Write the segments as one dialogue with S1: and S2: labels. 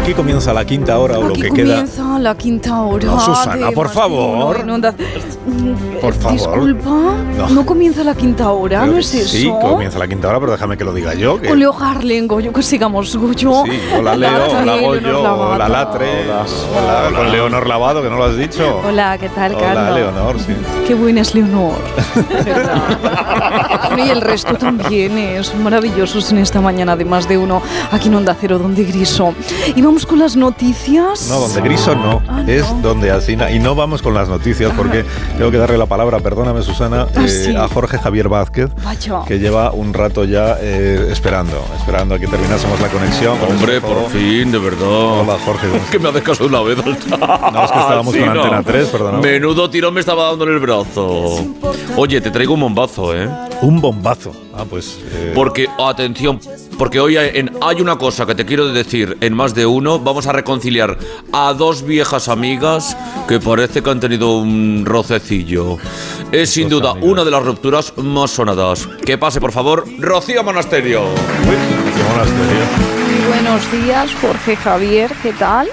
S1: Aquí comienza la quinta hora o lo
S2: Aquí
S1: que queda.
S2: comienza la quinta hora.
S1: No, Susana,
S2: de
S1: por
S2: Más de
S1: favor.
S2: Uno en Onda
S1: Por favor.
S2: Disculpa,
S1: No.
S2: ¿Ah? no. comienza la quinta hora,
S1: Creo
S2: ¿no
S1: que
S2: es eso?
S1: Sí, comienza la quinta hora, pero déjame que lo diga yo. Que
S2: Con Leo Harlem, Goyo, que sigamos Goyo.
S1: Sí, hola Leo,
S2: Lata,
S1: hola
S2: Leo,
S1: Goyo,
S2: Leonor
S1: hola
S2: Lavata.
S1: Latre, hola, con Leonor Lavado, que no lo has dicho.
S2: Hola, ¿qué tal,
S1: Hola,
S2: Carlos?
S1: Leonor, sí.
S2: Qué buena es Leonor. Bueno, y el resto también eh, son maravillosos en esta mañana de más de uno aquí en Onda Cero, donde griso. Y vamos con las noticias.
S1: No, donde Griso no,
S2: Ah,
S1: es
S2: no.
S1: donde Asina. Y no vamos con las noticias porque tengo que darle la palabra, perdóname Susana,
S2: Ah,
S1: eh,
S2: sí.
S1: a Jorge Javier Vázquez,
S2: Vaya.
S1: que lleva un rato ya eh, esperando, esperando a que terminásemos la conexión. con
S3: Hombre,
S1: este juego.
S3: por fin, de verdad.
S1: Hola Jorge, ¿cómo
S3: Que me haces caso de una vez. No, es que
S1: estábamos con Antena 3, perdona.
S3: Menudo tirón me estaba dando en el brazo. Oye, te traigo un bombazo, ¿eh?
S1: Un bombazo. Ah, pues. eh,
S3: Porque, atención, porque hoy hay, en- hay una cosa que te quiero decir en más de uno. Vamos a reconciliar a dos viejas amigas que parece que han tenido un rocecillo. Es sin duda una de las rupturas más sonadas. Que pase, por favor, Rocío Monasterio.
S1: uy, qué monas, tío.
S2: Muy buenos días, Jorge Javier, ¿qué tal?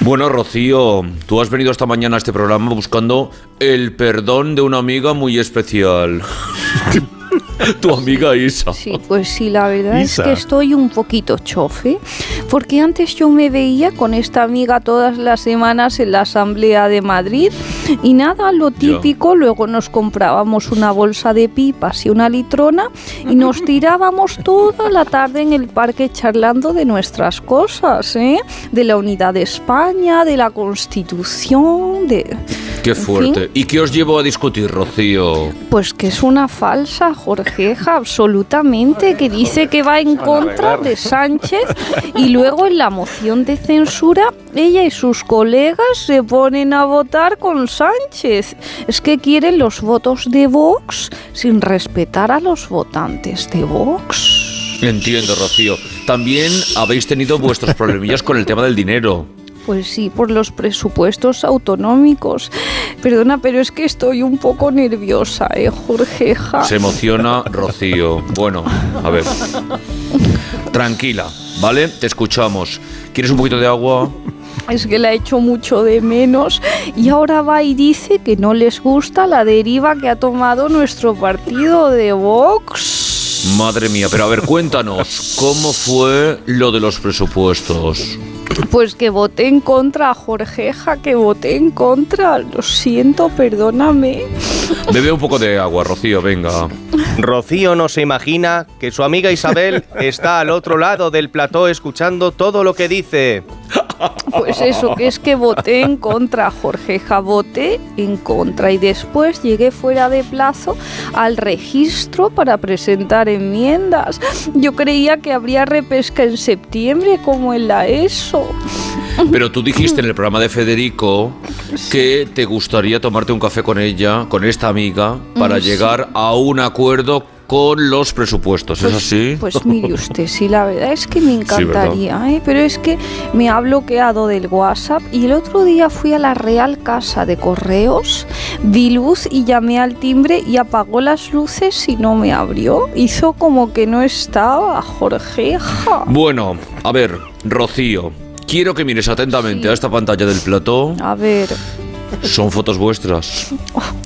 S3: Bueno, Rocío, tú has venido esta mañana a este programa buscando el perdón de una amiga muy especial. tu amiga Isa.
S4: Sí, pues sí, la verdad
S1: Isa.
S4: es que estoy un poquito chofe, porque antes yo me veía con esta amiga todas las semanas en la Asamblea de Madrid y nada, lo típico, luego nos comprábamos una bolsa de pipas y una litrona y nos tirábamos toda la tarde en el parque charlando de nuestras cosas, ¿eh? de la unidad de España, de la Constitución, de...
S3: Qué
S4: en fin.
S3: fuerte. ¿Y qué os llevó a discutir, Rocío?
S4: Pues que es una falsa, Jorgeja, absolutamente, que dice que va en contra de Sánchez y luego en la moción de censura ella y sus colegas se ponen a votar con Sánchez. Es que quieren los votos de Vox sin respetar a los votantes de Vox.
S3: Entiendo, Rocío. También habéis tenido vuestros problemillas con el tema del dinero.
S4: Pues sí, por los presupuestos autonómicos. Perdona, pero es que estoy un poco nerviosa, ¿eh, Jorgeja?
S3: Se emociona Rocío. Bueno, a ver. Tranquila, ¿vale? Te escuchamos. ¿Quieres un poquito de agua?
S4: Es que la hecho mucho de menos y ahora va y dice que no les gusta la deriva que ha tomado nuestro partido de Vox.
S3: Madre mía, pero a ver, cuéntanos, ¿cómo fue lo de los presupuestos?
S4: Pues que voté en contra, Jorgeja, que voté en contra. Lo siento, perdóname.
S3: Bebe un poco de agua, Rocío, venga.
S5: Rocío no se imagina que su amiga Isabel está al otro lado del plató escuchando todo lo que dice.
S4: Pues eso, que es que voté en contra, Jorgeja, voté en contra y después llegué fuera de plazo al registro para presentar enmiendas. Yo creía que habría repesca en septiembre como en la ESO.
S3: Pero tú dijiste en el programa de Federico que te gustaría tomarte un café con ella, con esta amiga, para llegar a un acuerdo con los presupuestos, ¿es así?
S4: Pues mire usted, sí, la verdad es que me
S3: ¿verdad?
S4: encantaría, ¿eh? pero es que me ha bloqueado del WhatsApp y el otro día fui a la Real Casa de Correos, vi luz y llamé al timbre y apagó las luces y no me abrió. Hizo como que no estaba, Jorgeja.
S3: Bueno, a ver, Rocío, quiero que mires atentamente a esta pantalla del plató.
S4: A ver,
S3: Son fotos vuestras.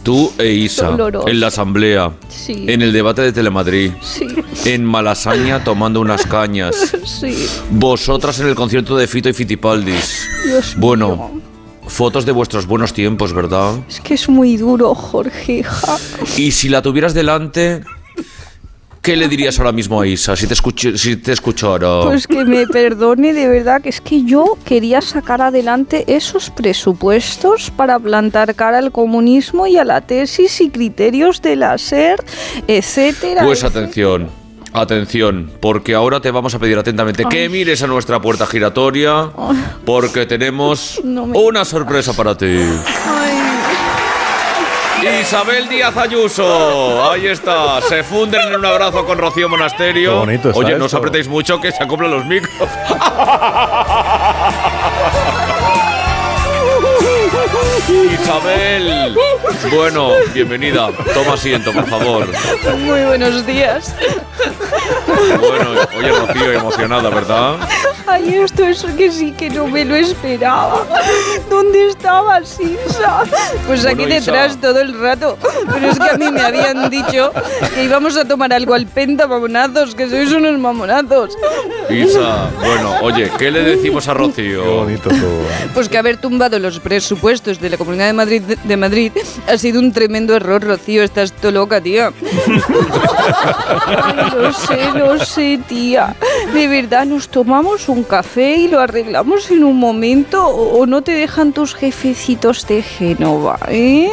S3: Tú e Isa,
S4: Doloroso.
S3: en la asamblea,
S4: sí,
S3: en el debate de Telemadrid,
S4: sí,
S3: en Malasaña tomando unas cañas.
S4: sí,
S3: Vosotras en el concierto de Fito y Fitipaldis.
S4: Dios
S3: Bueno,
S4: mío.
S3: fotos de vuestros buenos tiempos, ¿verdad?
S4: Es que es muy duro, Jorgeja.
S3: Y si la tuvieras delante, ¿qué le dirías ahora mismo a Isa si te, escucho, si te escuchara?
S4: Pues que me perdone, de verdad, que es que yo quería sacar adelante esos presupuestos para plantar cara al comunismo y a la tesis y criterios de la SER, etcétera.
S3: Pues
S4: etcétera.
S3: atención, atención, porque ahora te vamos a pedir atentamente que mires a nuestra puerta giratoria, porque tenemos
S4: No me
S3: una sorpresa para ti. Isabel Díaz Ayuso, ahí está, se funden en un abrazo con Rocío Monasterio.
S1: Qué bonito está
S3: Oye, no os
S1: esto.
S3: apretéis mucho que se acoplan los micros. Isabel, bueno, bienvenida, toma asiento, por favor.
S4: Muy buenos días.
S3: Bueno, oye, Rocío, emocionada, ¿verdad?
S4: Ay, esto es que sí que no me lo esperaba. ¿Dónde estabas, Isa? Pues
S3: Bueno,
S4: aquí detrás
S3: Isa.
S4: todo el rato. Pero es que a mí me habían dicho que íbamos a tomar algo al penta, mamonazos, que sois unos mamonazos.
S3: Isa, bueno, oye, ¿qué le decimos a
S1: Qué
S3: Rocío?
S1: bonito todo.
S4: Pues que haber tumbado los presupuestos de la Comunidad de Madrid, de Madrid ha sido un tremendo error, Rocío. Estás todo loca, tía.
S6: Ay, lo sé, lo sé, tía. De verdad, nos tomamos un café y lo arreglamos en un momento o o no te dejan tus jefecitos de Génova, ¿eh?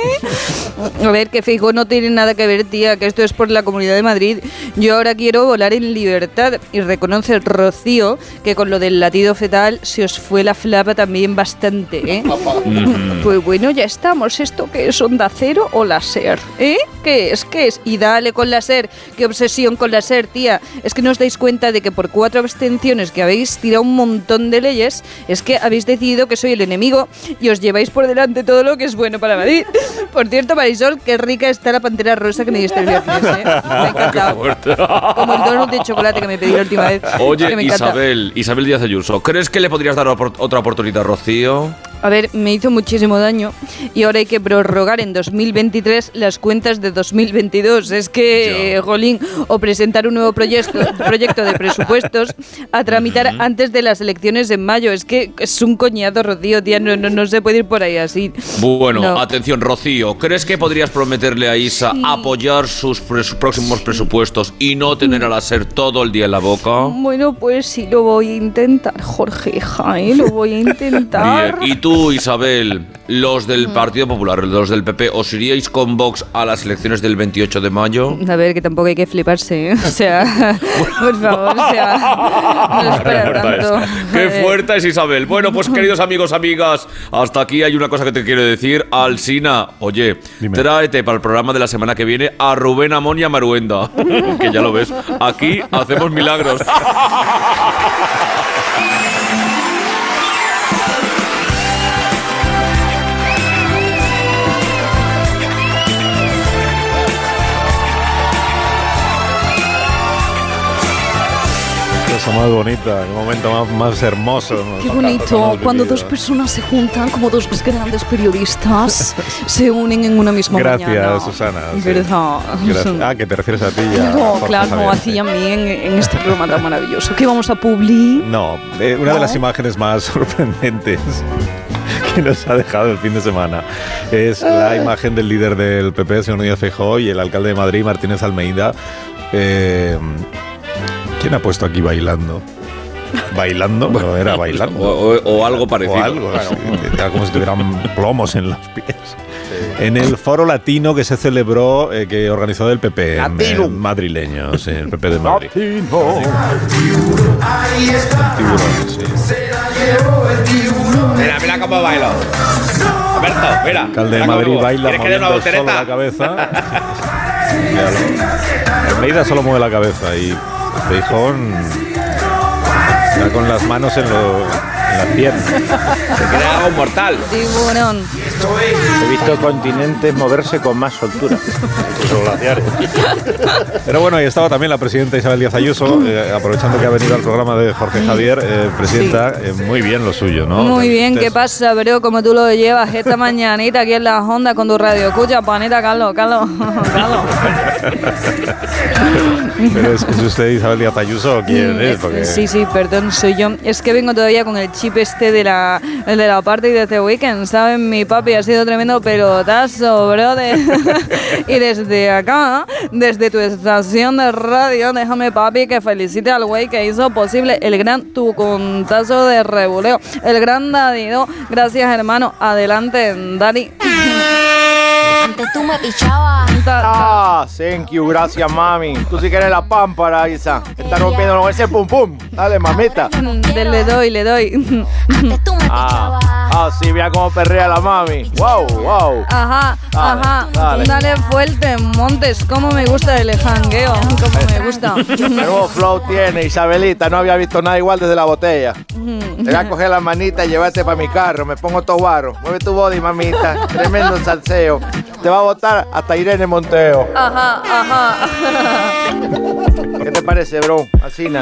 S4: A ver, que fijo, no tiene nada que ver, tía, que esto es por la Comunidad de Madrid. Yo ahora quiero volar en libertad. Y reconoce Rocío que con lo del latido fetal se os fue la flapa también bastante, ¿eh?
S2: Mm.
S6: Pues bueno, ya estamos. ¿Esto qué es? ¿Onda cero o la SER?
S4: ¿Eh? ¿Qué es? ¿Qué es? Y dale con la SER. Qué obsesión con la SER, tía. Es que no os dais cuenta de que por cuatro abstenciones que habéis tirado un montón de leyes, es que habéis decidido que soy el enemigo y os lleváis por delante todo lo que es bueno para Madrid. Por cierto, Marisol, qué rica está la pantera rosa que me diste el viernes, ¿eh? Me ha encantado.
S3: Fuerte.
S4: Como el donut de chocolate que me pedí la última vez. que
S3: Oye,
S4: me encanta.
S3: Isabel, Isabel Díaz Ayuso, ¿crees que le podrías dar opor- otra oportunidad a Rocío?
S4: A ver, me hizo muchísimo daño y ahora hay que prorrogar en 2023 las cuentas de 2022. Es que,
S3: Ya.
S4: eh, jolín, o presentar un nuevo proyecto, proyecto de presupuestos a tramitar antes de las elecciones en mayo. Es que es un coñado, Rocío, tía, no, no, no se puede ir por ahí así.
S3: Bueno,
S4: No.
S3: atención, Rocío, ¿crees que podrías prometerle a Isa apoyar sus pres- próximos presupuestos y no tener al hacer todo el día en la boca?
S6: Bueno, pues sí, lo voy a intentar, Jorgeja, ¿eh? Lo voy a
S3: Bien.
S6: intentar.
S3: ¿Y tú, Isabel, los del Partido Popular, los del PP, os iríais con Vox a las elecciones del 28 de mayo?
S4: A ver, que tampoco hay que fliparse, ¿eh? O sea, por favor, o sea, no es para tanto.
S3: Qué
S4: A ver.
S3: fuerte es Isabel. Bueno, pues queridos amigos, amigas, hasta aquí hay una cosa que te quiero decir. Alsina, oye,
S1: Dime.
S3: tráete para el programa de la semana que viene a Rubén Amón y a Maruenda. que ya lo ves. Aquí hacemos milagros.
S1: Qué cosa más bonita, el momento más, más hermoso.
S4: Qué
S1: ¿no? que
S4: bonito,
S1: hemos
S4: cuando
S1: vivido.
S4: dos personas se juntan, como dos grandes periodistas, se unen en una misma
S1: Gracias,
S4: mañana.
S1: Susana. sí.
S4: ¿Verdad?
S1: Gracias. Ah, que te refieres a ti ya.
S4: Claro,
S1: Jorge, está
S4: claro,
S1: bien,
S4: a ti
S1: sí.
S4: y a mí en, en este programa tan maravilloso. ¿Qué vamos a publi?
S1: No, eh, una de las imágenes más sorprendentes que nos ha dejado el fin de semana es la imagen del líder del PP, señor Núñez Feijóo, y el alcalde de Madrid, Martínez Almeida. Eh, ¿Quién ha puesto aquí bailando? ¿Bailando? No, era
S3: O,
S1: bailando.
S3: o- o algo parecido.
S1: O algo, sí, estaba como si tuvieran plomos en los pies. En el foro latino que se celebró, eh, que organizó el PP en-
S5: Latino.
S1: en madrileño, sí, el PP de Madrid.
S7: Ahí está,
S1: Tiburones, sí.
S7: se la llevó el tiburón.
S5: Mira, mira cómo bailo. Alberto, mira.
S1: alcalde de
S5: mira
S1: Madrid
S5: cómo-
S1: baila
S5: ¿Quieres que dé una
S1: moviendo solo la
S5: voltereta?
S1: cabeza. Almeida solo mueve la cabeza y Feijón está con las manos en, lo- en las piernas.
S5: Que le haga un mortal.
S4: Tiburón.
S8: He visto continentes moverse con más soltura.
S1: Pero bueno, ahí estaba también la presidenta Isabel Díaz Ayuso,
S4: Mm.
S1: eh, aprovechando que ha venido al programa de Jorge Javier. eh, presidenta, eh, muy bien lo suyo, ¿no?
S4: Muy bien, ¿qué
S1: Ustedes-
S4: pasa, bro? ¿Cómo tú lo llevas esta mañanita aquí en la Honda con tu radio? Escucha, panita, Carlos, Carlos, Carlos.
S1: Pero es, ¿es usted Isabel Díaz Ayuso o quién es? Porque-
S4: Mm, Sí, sí, perdón, soy yo. Es que vengo todavía con el chip este de la, el de la party de este weekend, ¿saben? Mi papi ha sido tremendo pelotazo, brother. y desde acá, desde tu estación de radio, déjame, papi, que felicite al güey que hizo posible el gran tu contazo de revoleo, el gran dadido. Gracias, hermano. Adelante, Dani.
S9: Antes tú me pichabas.
S8: Ah, thank you, gracias mami. Tú sí que eres la pámpara, Isa. Está rompiendo con ese pum pum. Dale, mamita.
S4: Le doy, le doy.
S8: Ah,
S9: Antes tú me pichabas.
S8: Así vea como perrea la mami. Wow, wow.
S4: Ajá,
S8: Dale,
S4: ajá.
S8: dale.
S4: Dale. fuerte, Montes. Cómo me gusta el jangueo. Cómo me gusta.
S8: Menudo flow tiene Isabelita, no había visto nada igual desde la botella. Te voy a coger la manita y llevarte para mi carro, me pongo todo guaro. Mueve tu body, mamita, tremendo salseo. Te va a votar hasta Irene Monteo.
S4: Ajá, ajá.
S8: ¿Qué te parece, bro? Asina.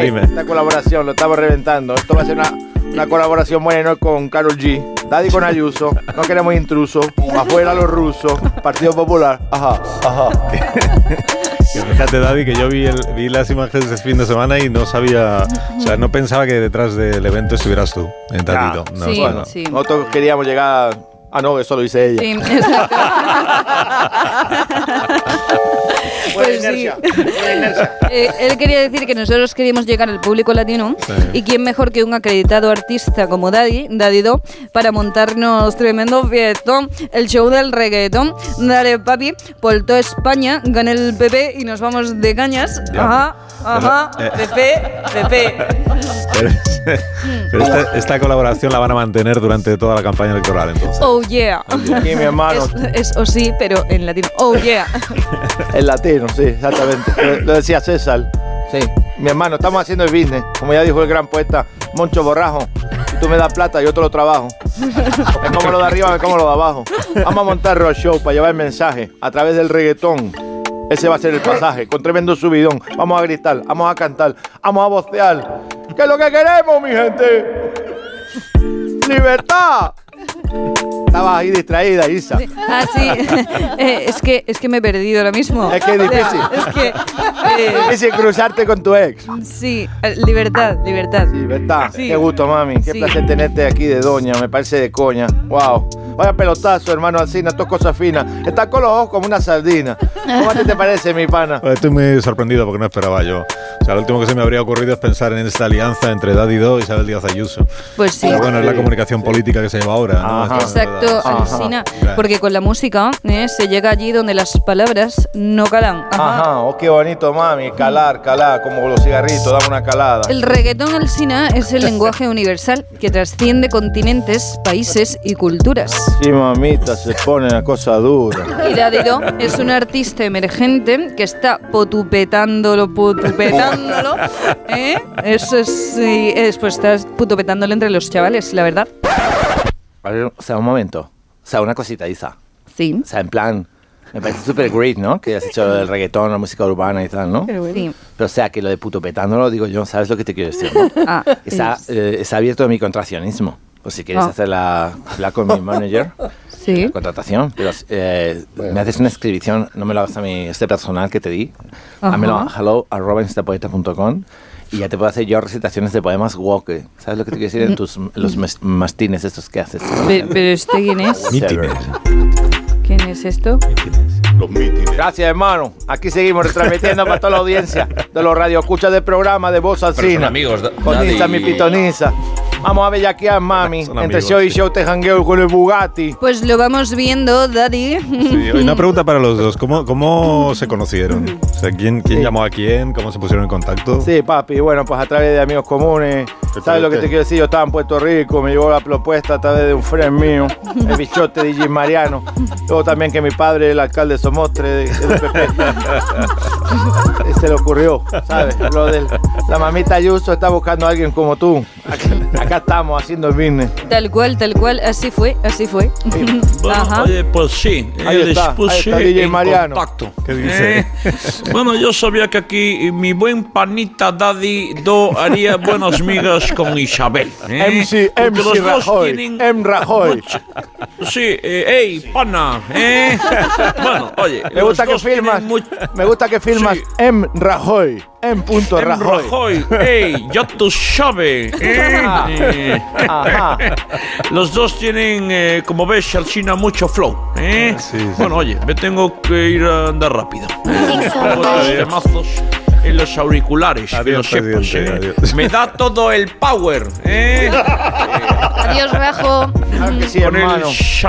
S1: Dime.
S8: Esta colaboración lo estamos reventando. Esto va a ser una, una colaboración buena ¿no? con Carol G. Daddy con Ayuso. No queremos intrusos. Afuera los rusos. Partido Popular. Ajá, ajá.
S1: Que Fíjate, Daddy, que yo vi, el- vi las imágenes este fin de semana y no sabía, o sea, no pensaba que detrás del evento estuvieras tú, en Dadito. No,
S4: sí,
S1: bueno.
S4: sí.
S8: Nosotros queríamos llegar. a- Ah, no, eso lo dice ella.
S4: Sí, exacto.
S8: Buena
S4: Pues sí.
S8: inercia, buena inercia.
S4: Eh, él quería decir que nosotros queríamos llegar al público latino
S1: Sí.
S4: y quién mejor que un acreditado artista como Daddy, Daddy Do, para montarnos tremendo fiestón, el show del reggaetón, dale papi, por toda España, gana el PP y nos vamos de cañas.
S1: Ya.
S4: Ajá, ajá,
S1: Pero, eh.
S4: PP, PP.
S1: Pero, pero esta, esta colaboración la van a mantener durante toda la campaña electoral, entonces.
S4: Oh yeah.
S8: Aquí, mi hermano.
S4: Es, es o sí, pero en latino. Oh yeah.
S8: El latino, sí, exactamente. Lo- Lo decía César. Sí. Mi hermano, estamos haciendo el business. Como ya dijo el gran poeta Moncho Borrajo. Si tú me das plata, yo te lo trabajo. Me como lo de arriba, me como lo de abajo. Vamos a montar Rock Show para llevar el mensaje a través del reggaetón. Ese va a ser el pasaje, con tremendo subidón. Vamos a gritar, vamos a cantar, vamos a vocear. ¿Qué es lo que queremos, mi gente? ¡Libertad! Estaba ahí distraída, Isa.
S4: Ah, sí. Eh, es, que, es que me he perdido ahora mismo.
S8: Es que es
S4: O sea,
S8: difícil.
S4: Es que. eh,
S8: Y sin cruzarte con tu ex.
S4: Sí, eh, libertad, libertad.
S8: Sí, ¿verdad?
S4: Sí.
S8: Qué gusto, mami. Qué
S4: Sí.
S8: placer tenerte aquí de doña. Me parece de coña. Wow. Vaya pelotazo, hermano Alcina. Tus cosas finas. Estás con los ojos como una sardina. ¿Cómo a ti te parece, mi pana?
S1: Bueno, Estoy muy sorprendido porque no esperaba yo. O sea, lo último que se me habría ocurrido es pensar en esta alianza entre Daddy Do y Isabel Díaz Ayuso.
S4: Pues sí.
S1: Pero bueno, es la comunicación política que se lleva ahora. ¿no?
S8: Ajá.
S1: Esto es
S4: Exacto,
S1: verdad.
S4: Alcina,
S1: Claro.
S4: porque con la música eh, se llega allí donde las palabras no calan. Ajá.
S8: Ajá. Oh, qué bonito, mami. Calar, calar. Como los cigarritos. Dame una calada.
S4: El reggaetón Alcina es el lenguaje universal que trasciende continentes, países y culturas.
S8: Sí, mamita. Se pone la cosa dura.
S4: Y Daddy Do es un artista emergente que está potupetándolo, potupetándolo. ¿eh? Eso sí, es, pues estás potupetándolo entre los chavales, la verdad.
S8: A ver, o sea, un momento. O sea, una cosita, Isa.
S4: Sí.
S8: O sea, en plan... Me parece súper great, ¿no? Que has hecho el reggaetón, la música urbana y tal, ¿no?
S4: Sí.
S8: Pero o sea, que lo de puto petándolo, digo yo, ¿sabes lo que te quiero decir? no?
S4: Ah,
S8: Está, eh, está abierto a mi contraccionismo. Pues si quieres
S4: Ah.
S8: hacer la hablar con mi manager,
S4: sí.
S8: la contratación, pero eh, me haces una inscripción, no me lo hagas a mi, este personal que te di,
S4: Ajá.
S8: hámelo a hello arroba instapoeta.com y ya te puedo hacer yo recitaciones de poemas woke. ¿Sabes lo que te quiero decir?
S4: Mm.
S8: En tus, los mes- mastines estos que haces.
S4: Pero, pero este quién es?
S1: Mítines.
S4: ¿Quién es esto?
S8: Gracias, hermano. Aquí seguimos retransmitiendo para toda la audiencia de los radioescuchas del programa de Voz
S3: Pero son amigos. da-
S8: Pitoniza,
S3: Daddy-
S8: mi pitoniza. Vamos a bellaquear, mami.
S1: Son
S8: Entre
S1: amigos,
S8: show y
S1: sí.
S8: show te jangueo con el Bugatti.
S4: Pues lo vamos viendo, Daddy.
S1: Sí, una pregunta para los dos. ¿Cómo, cómo se conocieron? O sea, ¿quién, quién
S8: Sí.
S1: llamó a quién? ¿Cómo se pusieron en contacto?
S8: Sí, papi, bueno, pues a través de amigos comunes. ¿Sabes lo que te quiero decir? Yo estaba en Puerto Rico, me llegó la propuesta a través de un friend mío, el bichote DJ Mariano. Luego también que mi padre, el alcalde de Somostre, de- del PP. Y Se le ocurrió, ¿sabes? Lo de la mamita Ayuso está buscando a alguien como tú. Acá, acá estamos haciendo el business.
S4: Tal cual, tal cual, así fue, así fue.
S10: Bueno,
S4: Ajá.
S10: oye, pues sí,
S8: Ahí
S10: yo
S8: está,
S10: les puse
S8: ahí está DJ
S10: en
S8: Mariano.
S10: contacto. Eh,
S1: ¿Qué dice?
S10: bueno, yo sabía que aquí mi buen panita Daddy Do haría buenas migas con Isabel. ¿eh?
S8: MC,
S10: Porque
S8: MC
S10: los dos
S8: Rajoy.
S10: tienen-
S8: M. Rajoy.
S10: Sí, eh, ey, pana, ¿eh? Bueno, oye,
S8: Me gusta que
S10: los dos tienen
S8: firmas.
S10: mucho-
S8: Me gusta que firmas
S10: Sí.
S8: M. Rajoy. M. punto
S10: Em
S8: Rajoy.
S10: Rajoy, ey, ya tú sabes. ¿eh? Eh,
S8: Ajá.
S10: Los dos tienen, eh, como ves, China mucho flow. ¿eh?
S1: Sí, sí.
S10: Bueno, oye, me tengo que ir a andar rápido. Tengo los
S3: eh.
S10: temazos en los auriculares, que
S1: Adiós,
S10: lo sepas.
S1: presidente,
S10: ¿eh?
S1: adiós.
S10: Me da todo el power. ¿eh?
S4: Adiós, Rajo.
S8: Claro que sí,
S10: Con el
S8: hermano.
S10: salseo,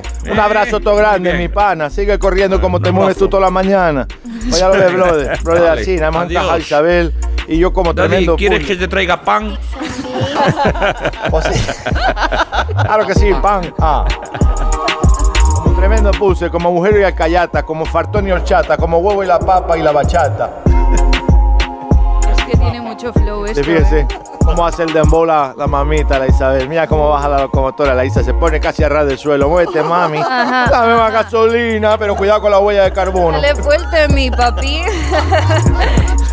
S8: Claro que sí.
S10: ¿eh?
S8: Un abrazo todo grande,
S10: Bien.
S8: mi pana. Sigue corriendo como te mueves tú toda la mañana. Vaya lo de brother. Brother
S10: Dale.
S8: así, nada más
S10: Adiós.
S8: encajado a Isabel. Y yo como
S10: Daddy,
S8: tremendo
S10: ¿quieres
S8: puli.
S10: que te traiga pan?
S8: Pues sí. Claro que sí, pan. Ah. Como tremendo pulse, como agujero y alcayata, como fartón y horchata, como huevo y la papa y la bachata.
S4: Es que tiene mucho flow
S8: Sí,
S4: esto.
S8: fíjese
S4: ¿eh?
S8: cómo hace el dembow la, la mamita, la Isabel. Mira cómo baja la locomotora, la Isa. Se pone casi a ras del suelo. Muévete, mami.
S4: Ajá.
S8: Dame más gasolina, pero cuidado con la huella de carbono.
S4: Dale fuerte, mi papi.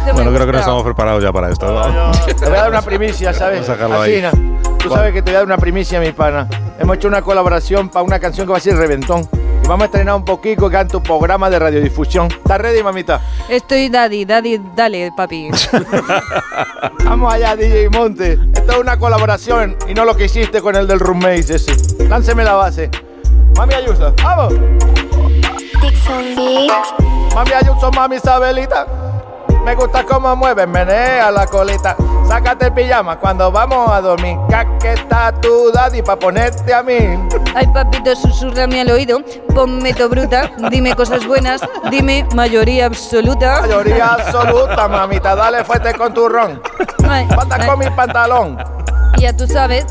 S4: Este me
S1: Bueno, creo
S4: gusta.
S1: que no estamos preparados ya para esto. ¿no?
S8: Te voy a dar una primicia, ¿sabes?
S1: Vamos a dejarlo ahí.
S8: Asina, tú sabes que te voy a dar una primicia, mi pana. Hemos hecho una colaboración para una canción que va a ser Reventón. Y vamos a estrenar un poquito acá en tu programa de radiodifusión. ¿Estás ready, mamita?
S4: Estoy daddy, daddy, dale, papi.
S8: Vamos allá, DJ Monte. Esta es una colaboración y no lo que hiciste con el del roommate ese. Lánceme la base. Mami Ayuso, vamos.
S9: Dixon Beats.
S8: Mami Ayuso, mami Isabelita. Me gusta cómo mueves, menea la colita. Sácate el pijama cuando vamos a dormir. Caqueta tu daddy pa' ponerte a mí.
S4: Ay, papito, susurrame al oído. Ponme to bruta. Dime cosas buenas. Dime mayoría absoluta.
S8: Mayoría absoluta, mamita, dale fuerte con tu ron.
S4: Ay,
S8: Banda
S4: ay,
S8: con mi pantalón.
S4: Ya tú sabes.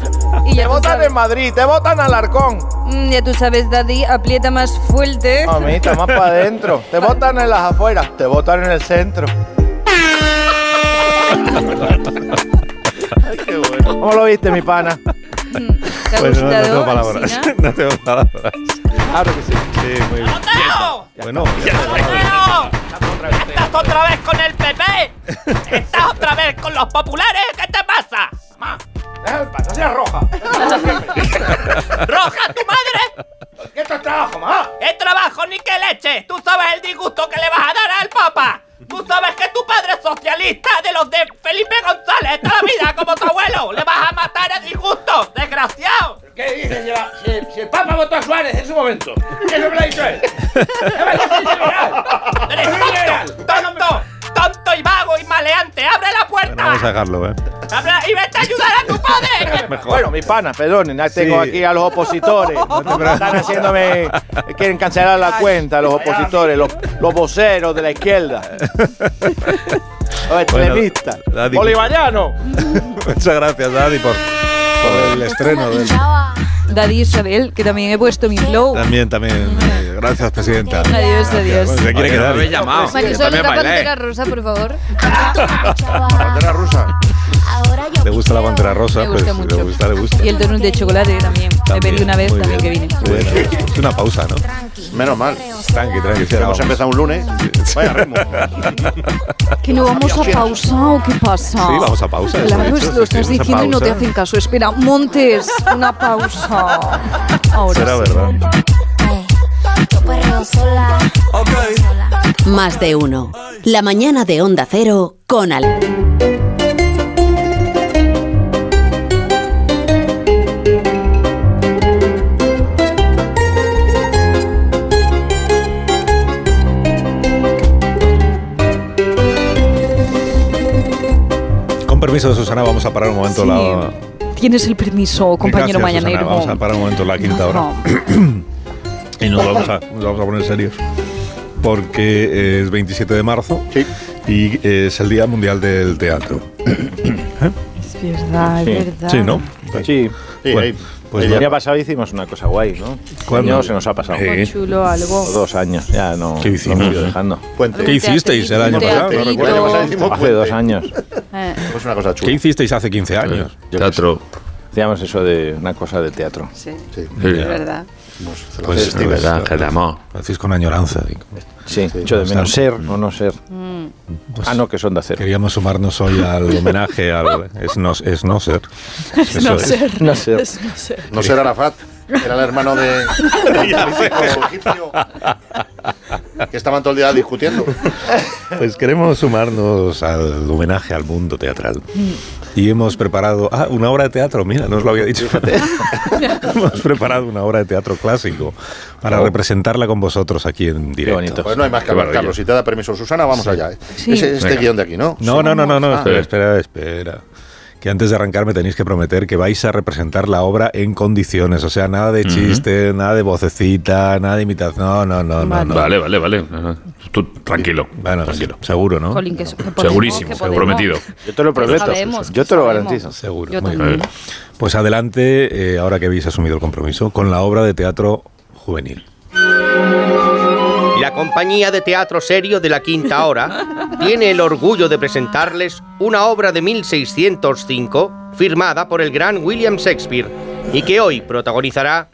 S4: Y
S8: Te
S4: ya tú
S8: botan
S4: sabes.
S8: en Madrid, te botan al arcón.
S4: Mm, Ya tú sabes, daddy, aprieta más fuerte.
S8: Mamita, más para adentro. Te botan en las afueras, te botan en el centro. ¿Cómo lo viste, mi pana?
S4: Mm, ¿Te ha
S1: Pues no, no
S4: gustado,
S1: tengo palabras.
S4: Alsina?
S1: No tengo palabras.
S8: Claro que sí.
S1: Sí, muy bien. Bueno,
S11: ¡Estás otra vez con el PP! ¡Estás otra vez con los populares! ¿Qué te pasa? Mamá,
S8: Déjame pasar, sea roja.
S11: ¡Roja tu madre!
S8: ¿Qué esto es trabajo, mamá?
S11: ¡Qué trabajo ni qué leche! ¡Tú sabes el disgusto que le vas a dar al papa! ¡Tú sabes que tu padre es socialista de los de Felipe González toda la vida como tu abuelo! ¡Le vas a matar a disgusto! ¡Desgraciado!
S12: ¿Qué dices? Lleva- eh, Si, si el Papa votó a Suárez en su momento. ¿Qué es lo que le ha dicho él? ¡Ya me lo dice liberal!
S11: ¡Eres
S12: ¡Soy liberal!
S11: tonto! ¡Tonto! ¡Tonto y vago y maleante! ¡Abre la
S1: bueno, vamos a
S11: puerta!
S1: dejarlo, ¿eh?
S11: ¡Abre y vete a ayudar a tu padre!
S1: Mejor.
S8: Bueno, mi pana, perdonen, ya tengo
S1: Sí.
S8: aquí a los opositores. Están haciéndome. Quieren cancelar la cuenta, los opositores, los, los voceros de la izquierda. Los extremistas.
S1: Daddy.
S8: Bolivariano.
S1: Muchas gracias, Daddy, por, por el estreno del.
S9: Chava.
S4: Daddy Isabel, que también he puesto mi flow.
S1: También, también. eh, Gracias, presidenta.
S4: Adiós, adiós.
S1: Bueno, se
S3: Oye, no me
S1: quiere quedar.
S3: habéis llamado. Yo
S4: Marisol,
S3: también
S4: otra
S3: bailé.
S4: bandera rosa, por favor.
S9: Bandera
S8: rusa.
S9: Ahora yo
S1: Le gusta la bandera rosa,
S4: Me gusta
S1: pues si
S4: mucho.
S1: le gusta, le gusta.
S4: Y el donut de chocolate también. Me
S1: También,
S4: pedí una vez
S1: muy
S4: también que
S1: bien.
S4: vine.
S1: Bueno, es una pausa, ¿no?
S12: Menos mal.
S1: Tranqui, tranqui. sí,
S12: Hemos
S1: vamos.
S12: empezado un lunes. Vaya ritmo.
S6: ¿Que no vamos a pausar o qué pasa?
S1: Sí, vamos a pausa, eso
S6: Claro,
S1: he dicho,
S6: lo
S1: sí,
S6: estás
S1: sí, vamos a
S6: diciendo y no te
S1: pausa.
S6: hacen caso. Espera, Montes, una pausa. Ahora
S1: Será
S6: sí.
S1: verdad.
S9: Eh, Yo perreo sola. Sola.
S13: Más de uno. La mañana de Onda Cero con Al.
S1: Con permiso de Susana, vamos a parar un momento
S6: Sí.
S1: la.
S6: Tienes el permiso, compañero
S1: Gracias, Susana,
S6: mañanero.
S1: Vamos a parar un momento la quinta hora.
S6: No.
S1: Y nos vamos a, nos vamos a poner serios. Porque eh, es 27 de marzo y eh, es el Día Mundial del Teatro.
S6: Es
S8: Ah,
S6: verdad, es verdad.
S1: Sí, ¿no?
S8: Sí.
S12: Sí,
S1: Bueno,
S12: ahí.
S1: pues
S8: el
S1: no.
S8: día pasado hicimos una cosa guay, ¿no?
S1: ¿Cuándo?
S8: No se nos ha pasado.
S1: Eh,
S4: Algo chulo, algo.
S8: Como Dos años, ya no.
S1: ¿Qué hicimos?
S8: lo hemos ido dejando.
S12: Puente.
S1: ¿Qué hicisteis el año pasado? No
S12: El año pasado hicimos
S8: Hace
S12: puente.
S8: dos años
S4: Eh,
S12: Es una cosa
S1: ¿Qué
S12: chula.
S1: hicisteis hace 15 años?
S3: Teatro.
S8: hacíamos eso de una cosa de teatro.
S4: sí, es
S12: Sí.
S4: verdad.
S1: Pues
S3: De verdad, que
S1: lo
S3: te amo.
S1: hacéis con añoranza.
S8: Sí, hecho de menos ser o no ser.
S6: mm.
S1: Pues
S8: Ah, no, que son de hacer.
S1: Queríamos sumarnos hoy al homenaje al. Es no, es no ser. Eso Es
S8: No ser.
S12: No será Arafat. Era el hermano de. de- egipcio, que estaban todo el día discutiendo.
S1: Pues queremos sumarnos al homenaje al mundo teatral. Y hemos preparado. Ah, una obra de teatro, mira, no os lo había dicho. hemos preparado una obra de teatro clásico para representarla con vosotros aquí en directo.
S8: Oh. bonito.
S12: Pues no hay más que
S1: Qué
S12: hablar,
S1: maravilla.
S12: Carlos. Si te da permiso Susana, vamos allá. ¿eh?
S6: Sí.
S12: Es este
S1: Venga.
S12: guión de aquí, ¿no?
S4: Ah,
S12: Ah.
S1: No, no, no, no, no, espera, espera, espera. que antes de arrancar me tenéis que prometer que vais a representar la obra en condiciones. O sea, nada de chiste, nada de vocecita, nada de imitación. No, no, no, no, no.
S3: Vale, vale, vale. No, no. Tú tranquilo.
S1: Bueno,
S3: tranquilo.
S1: Seguro, ¿no?
S4: Colin, que so- que podemos,
S3: Segurísimo,
S4: que podemos.
S3: prometido.
S8: Yo te lo
S4: prometo, sabemos, Susan. Yo te lo sabemos. garantizo.
S1: Seguro.
S4: Yo
S1: Muy
S4: también.
S1: bien. Pues adelante, eh, ahora que habéis asumido el compromiso, con la obra de teatro juvenil.
S5: La compañía de teatro serio de la Quinta Hora tiene el orgullo de presentarles una obra de 1605 firmada por el gran William Shakespeare y que hoy protagonizará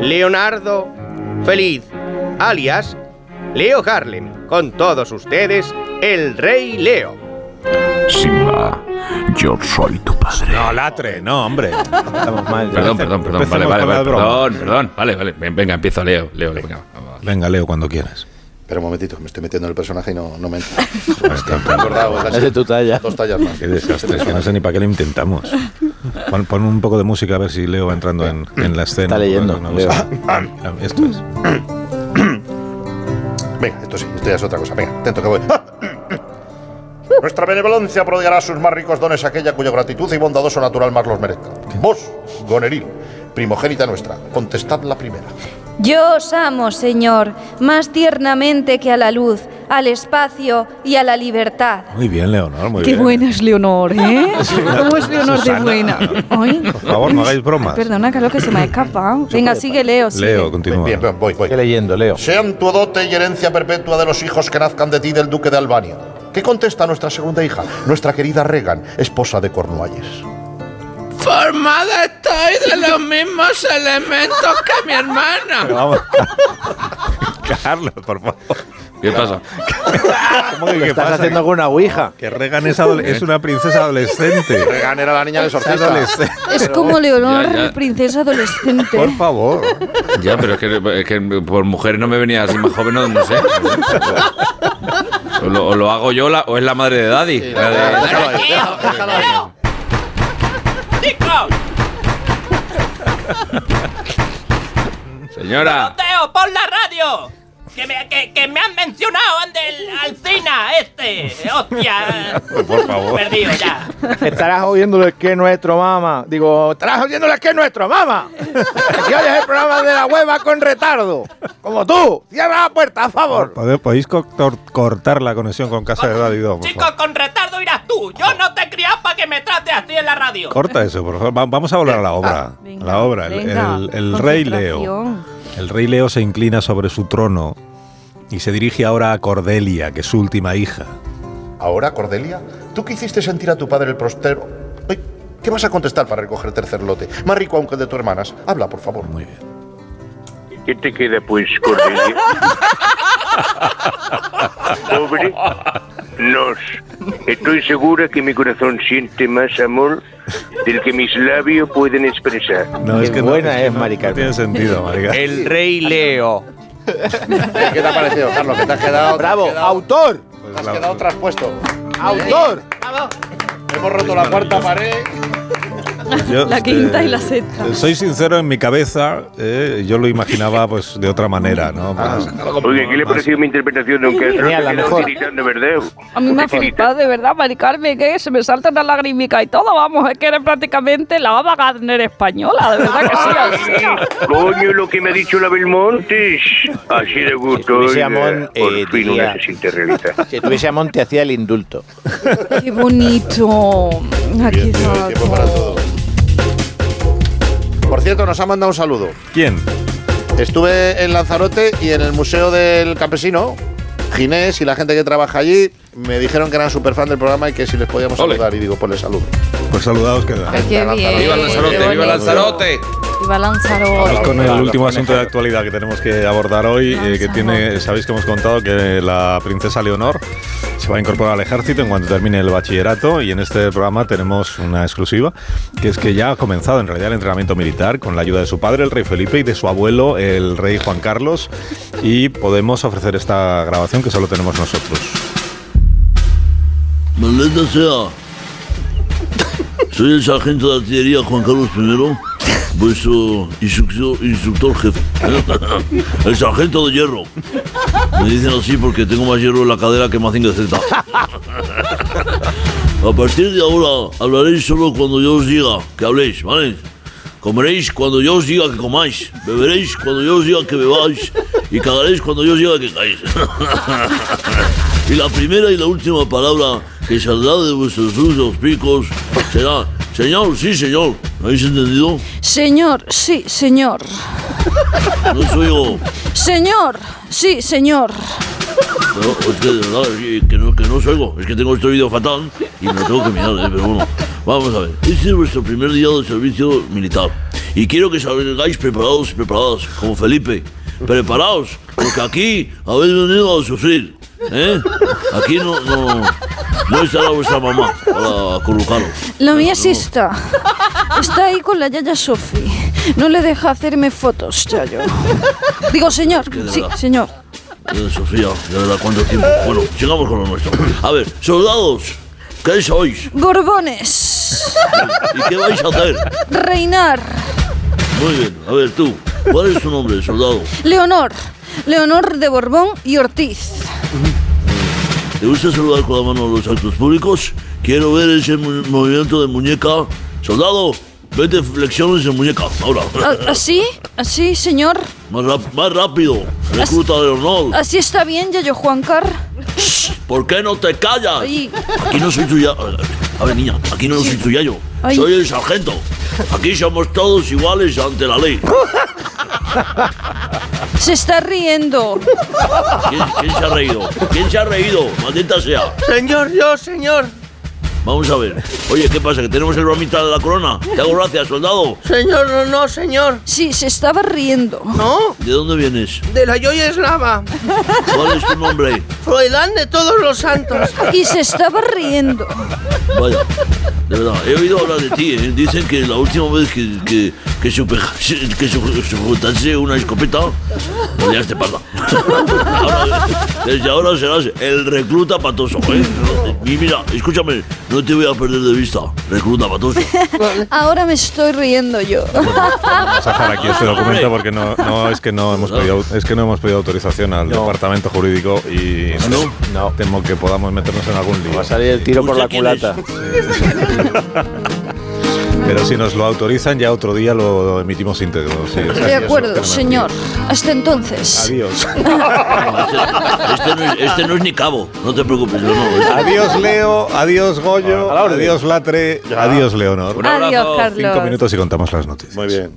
S5: Leonardo Feliz, alias Leo Harlem, con todos ustedes, el Rey Leo.
S10: Simba, yo soy tu padre.
S1: No, latre, no, hombre. Estamos mal.
S3: Perdón, perdón, perdón. Vale,
S1: Empecemos
S3: vale,
S1: con
S3: vale.
S1: la broma.
S3: Perdón, perdón. Vale, vale. Ven- Venga, empiezo, Leo. Leo, venga.
S1: Venga, Leo, cuando quieras.
S12: Espera un momentito, que me estoy metiendo en el personaje y no, no me entra. Es que me he acordado, es la-
S1: Ese tu talla.
S12: Dos tallas más.
S1: Qué desastre, es que no sé ni para qué lo intentamos. Pon, pon un poco de música a ver si Leo va entrando en, en la escena.
S8: Está leyendo,
S1: Una cosa. Ah, Esto es.
S12: Venga, esto sí, esto ya es otra cosa. Venga, intento que voy. ¡Ah! Nuestra benevolencia prodigará sus más ricos dones a aquella cuya gratitud y bondadoso natural más los merezca. Vos, Goneril, primogénita nuestra, contestad la primera.
S14: Yo os amo, Señor, más tiernamente que a la luz, al espacio y a la libertad.
S1: Muy bien, Leonor, muy
S4: Qué
S1: bien.
S4: buena es Leonor, ¿eh?
S1: Sí.
S4: ¿Cómo es Leonor de
S1: Susana.
S4: buena? Ay,
S1: Por favor, no hagáis bromas.
S4: perdona, que es lo que se me ha escapado. Venga, sigue, Leo. sigue.
S1: Leo, continúa.
S12: Bien, bien, voy, voy.
S8: leyendo, Leo?
S12: Sean tu dote y herencia perpetua de los hijos que nazcan de ti del duque de Albania. ¿Qué contesta nuestra segunda hija, nuestra querida Regan, esposa de Cornualles?
S10: Formada estoy de los mismos elementos que mi
S1: Pero
S10: hermana.
S1: vamos. Carlos, por favor.
S3: ¿Qué pasa?
S1: ¿Cómo que qué
S8: estás
S1: pasa?
S8: haciendo con una ouija?
S1: Que Regan es, adole- es una princesa adolescente.
S12: Regan era la niña del exorcista.
S1: Adolescente.
S4: Es como Leonor,
S3: Ya, ya.
S4: princesa adolescente.
S1: Por favor.
S3: Ya, pero es que, es que por mujer no me venía así más joven, no, no sé. O lo, o lo hago yo la- o es la madre de Daddy. La de-
S11: ¡Chicos!
S3: Señora,
S11: ¡Teo, pon la radio! Que me, que, que me han mencionado del Alcina este. ¡Hostia!
S1: Por favor.
S11: Perdido ya.
S8: Estarás oyéndolo el que es nuestro, mamá. Digo, estarás oyéndolo el que es nuestro, mamá. Si oyes el programa de la hueva con retardo, como tú, cierra la puerta, a favor.
S1: Pode- Podéis co- tor- cortar la conexión con Casa de Daddy Dog, por favor.
S11: Chicos, con retardo irás tú. Yo no te he criado para que me trates así en la radio.
S1: Corta eso, por favor. Va- Vamos a volver a la obra.
S4: Ah, Venga,
S1: A la obra. El,
S4: venga,
S1: el- el rey Leo.
S4: concentración.
S1: El rey Leo se inclina sobre su trono y se dirige ahora a Cordelia, que es su última hija.
S12: Ahora, Cordelia, tú que hiciste sentir a tu padre el prostero. Ay, ¿Qué vas a contestar para recoger tercer lote? Más rico aunque el de tu hermanas. Habla, por favor.
S1: Muy bien.
S2: ¿Qué te queda, pues, Cordelia? Pobre, nos. Estoy segura que mi corazón siente más amor del que mis labios pueden expresar.
S1: No,
S8: Qué buena
S1: que
S8: es, Mari
S1: No tiene sentido, Mari Carmen.
S5: El Rey Leo.
S12: ¿Qué te ha parecido, Carlos? Que te has quedado.
S8: Bravo,
S12: te has quedado-
S8: autor,
S12: te has quedado traspuesto.
S8: autor.
S12: Hemos roto la cuarta pared.
S1: Yo,
S4: La quinta y la
S1: eh,
S4: sexta.
S1: Soy sincero, en mi cabeza eh, yo lo imaginaba pues de otra manera, ¿no?
S12: Ah.
S1: Pues, Más-
S2: Oye, ¿qué le ha parecido mi interpretación, don Castro?
S8: Genial,
S2: Te
S8: la
S2: quedó
S8: mejor.
S2: tiritando, ¿verdad?
S4: A mí me ha flipado, de verdad, Mari Carmen, que se me salta una lagrimica y todo, vamos, es que eres prácticamente la Ava Gardner española, de verdad Ah, que sí, así.
S2: Ah, Coño, lo que me ha dicho la Belmontes. Así de gusto.
S8: Si tuviese
S2: oiga,
S8: amor,
S2: por
S8: eh,
S2: fin
S8: diría-
S2: una se siente realista.
S8: Si tuviese a Monte, hacía el indulto.
S4: Qué bonito. Aquí está.
S12: Tiempo para todo. Por cierto, nos ha mandado un saludo.
S1: ¿Quién?
S12: Estuve en Lanzarote y en el Museo del Campesino. Ginés y la gente que trabaja allí me dijeron que eran súper fan del programa y que si les podíamos
S3: Ole.
S12: saludar. Y digo, pues les saludo.
S1: Pues saludados queda.
S4: Ay, qué bien.
S3: viva Lanzarote, viva Lanzarote.
S4: Viva Lanzarote.
S1: Vamos con el último asunto de actualidad que tenemos que abordar hoy, eh, que tiene, sabéis que hemos contado que la princesa Leonor se va a incorporar al ejército en cuanto termine el bachillerato y en este programa tenemos una exclusiva, que es que ya ha comenzado en realidad el entrenamiento militar con la ayuda de su padre, el rey Felipe, y de su abuelo, el rey Juan Carlos, y podemos ofrecer esta grabación que solo tenemos nosotros.
S15: Maldita sea. Soy el sargento de artillería Juan Carlos I, vuestro instructor, instructor jefe. El sargento de hierro. Me dicen así porque tengo más hierro en la cadera que más Z. A partir de ahora hablaréis solo cuando yo os diga que habléis, ¿vale? Comeréis cuando yo os diga que comáis, beberéis cuando yo os diga que bebáis y cagaréis cuando yo os diga que cagáis. y la primera y la última palabra que saldrá de vuestros dulces picos será, señor, sí, señor. ¿Me habéis entendido?
S4: Señor, sí, señor.
S15: No os oigo.
S4: Señor, sí, señor.
S15: No, es que de verdad, es que- que no, que no os oigo. Es que tengo este oído fatal y me lo tengo que mirar, ¿eh? pero bueno. Vamos a ver. Este es vuestro primer día de servicio militar. Y quiero que salgáis preparados y preparadas, como Felipe. Preparaos, porque aquí habéis venido a sufrir. ¿eh? Aquí no, no, no estará vuestra mamá para acurrucaros.
S4: La mía sí está. Está ahí con la Yaya Sofi. No le deja hacerme fotos, Chayo. Digo, señor.
S15: que de
S4: Sí,
S15: verdad.
S4: señor.
S15: Eh, Sofía, de verdad, cuánto tiempo. Bueno, sigamos con lo nuestro. A ver, soldados, ¿qué sois?
S4: Borbones.
S15: ¿Y qué vais a hacer?
S4: Reinar.
S15: Muy bien, a ver tú, ¿cuál es tu nombre, soldado?
S4: Leonor. Leonor de Borbón y Ortiz.
S15: ¿Te gusta saludar con la mano a los actos públicos? Quiero ver ese mu- movimiento de muñeca. Soldado, vete flexiones de muñeca, ahora.
S4: A- ¿Así? ¿Así, señor?
S15: Más, rap- más
S4: Oh,
S15: rápido, recluta de honor.
S4: ¿Así está bien, Yayo Juancar?
S15: ¿Por qué no te callas?
S4: Ay.
S15: Ah, Aquí no soy tuya. A ver, niña, aquí no soy tuya yo.
S4: Ay.
S15: Soy el sargento. Aquí somos todos iguales ante la ley.
S4: Se está riendo.
S15: ¿Quién, quién se ha reído? ¿Quién se ha reído? Maldita sea.
S11: Señor, yo, señor.
S15: Vamos a ver. Oye, ¿qué pasa? ¿Que tenemos el bromista de la corona? Te hago gracias, soldado.
S11: Señor, no, no, señor.
S4: Sí, se estaba riendo.
S11: ¿No?
S15: ¿De dónde vienes?
S11: De la Joya Eslava.
S15: ¿Cuál es tu nombre?
S11: Froilán de todos los santos.
S4: Y se estaba riendo.
S15: Vaya, de verdad, he oído hablar de ti, ¿eh? Dicen que la última vez que, que, que, supejase- que su- sujetase una escopeta, te parda. Ahora, desde ahora serás el recluta patoso, ¿eh? Y mira, escúchame, no te voy a perder de vista, recluta patoso.
S4: Ahora me estoy riendo yo.
S1: Vamos a dejar aquí
S2: Ah,
S1: este documento porque no, no, es que no hemos pedido es que no hemos pedido autorización al departamento jurídico y temo que podamos meternos en algún lío. Va a
S2: salir el tiro por la ¿Usted quién es? culata.
S1: Pero si nos lo autorizan ya otro día lo emitimos íntegro. sí, o sea,
S4: De
S1: que
S4: acuerdo,
S1: eso-
S4: señor. Hasta entonces.
S1: Adiós.
S15: Este no, es, este no es ni cabo, no te preocupes, no, no, este-
S1: Adiós Leo, adiós Goyo, adiós Latre, adiós Leonor.
S15: Un abrazo.
S4: Adiós, Carlos.
S1: Cinco minutos y contamos Pues las noticias. Muy bien.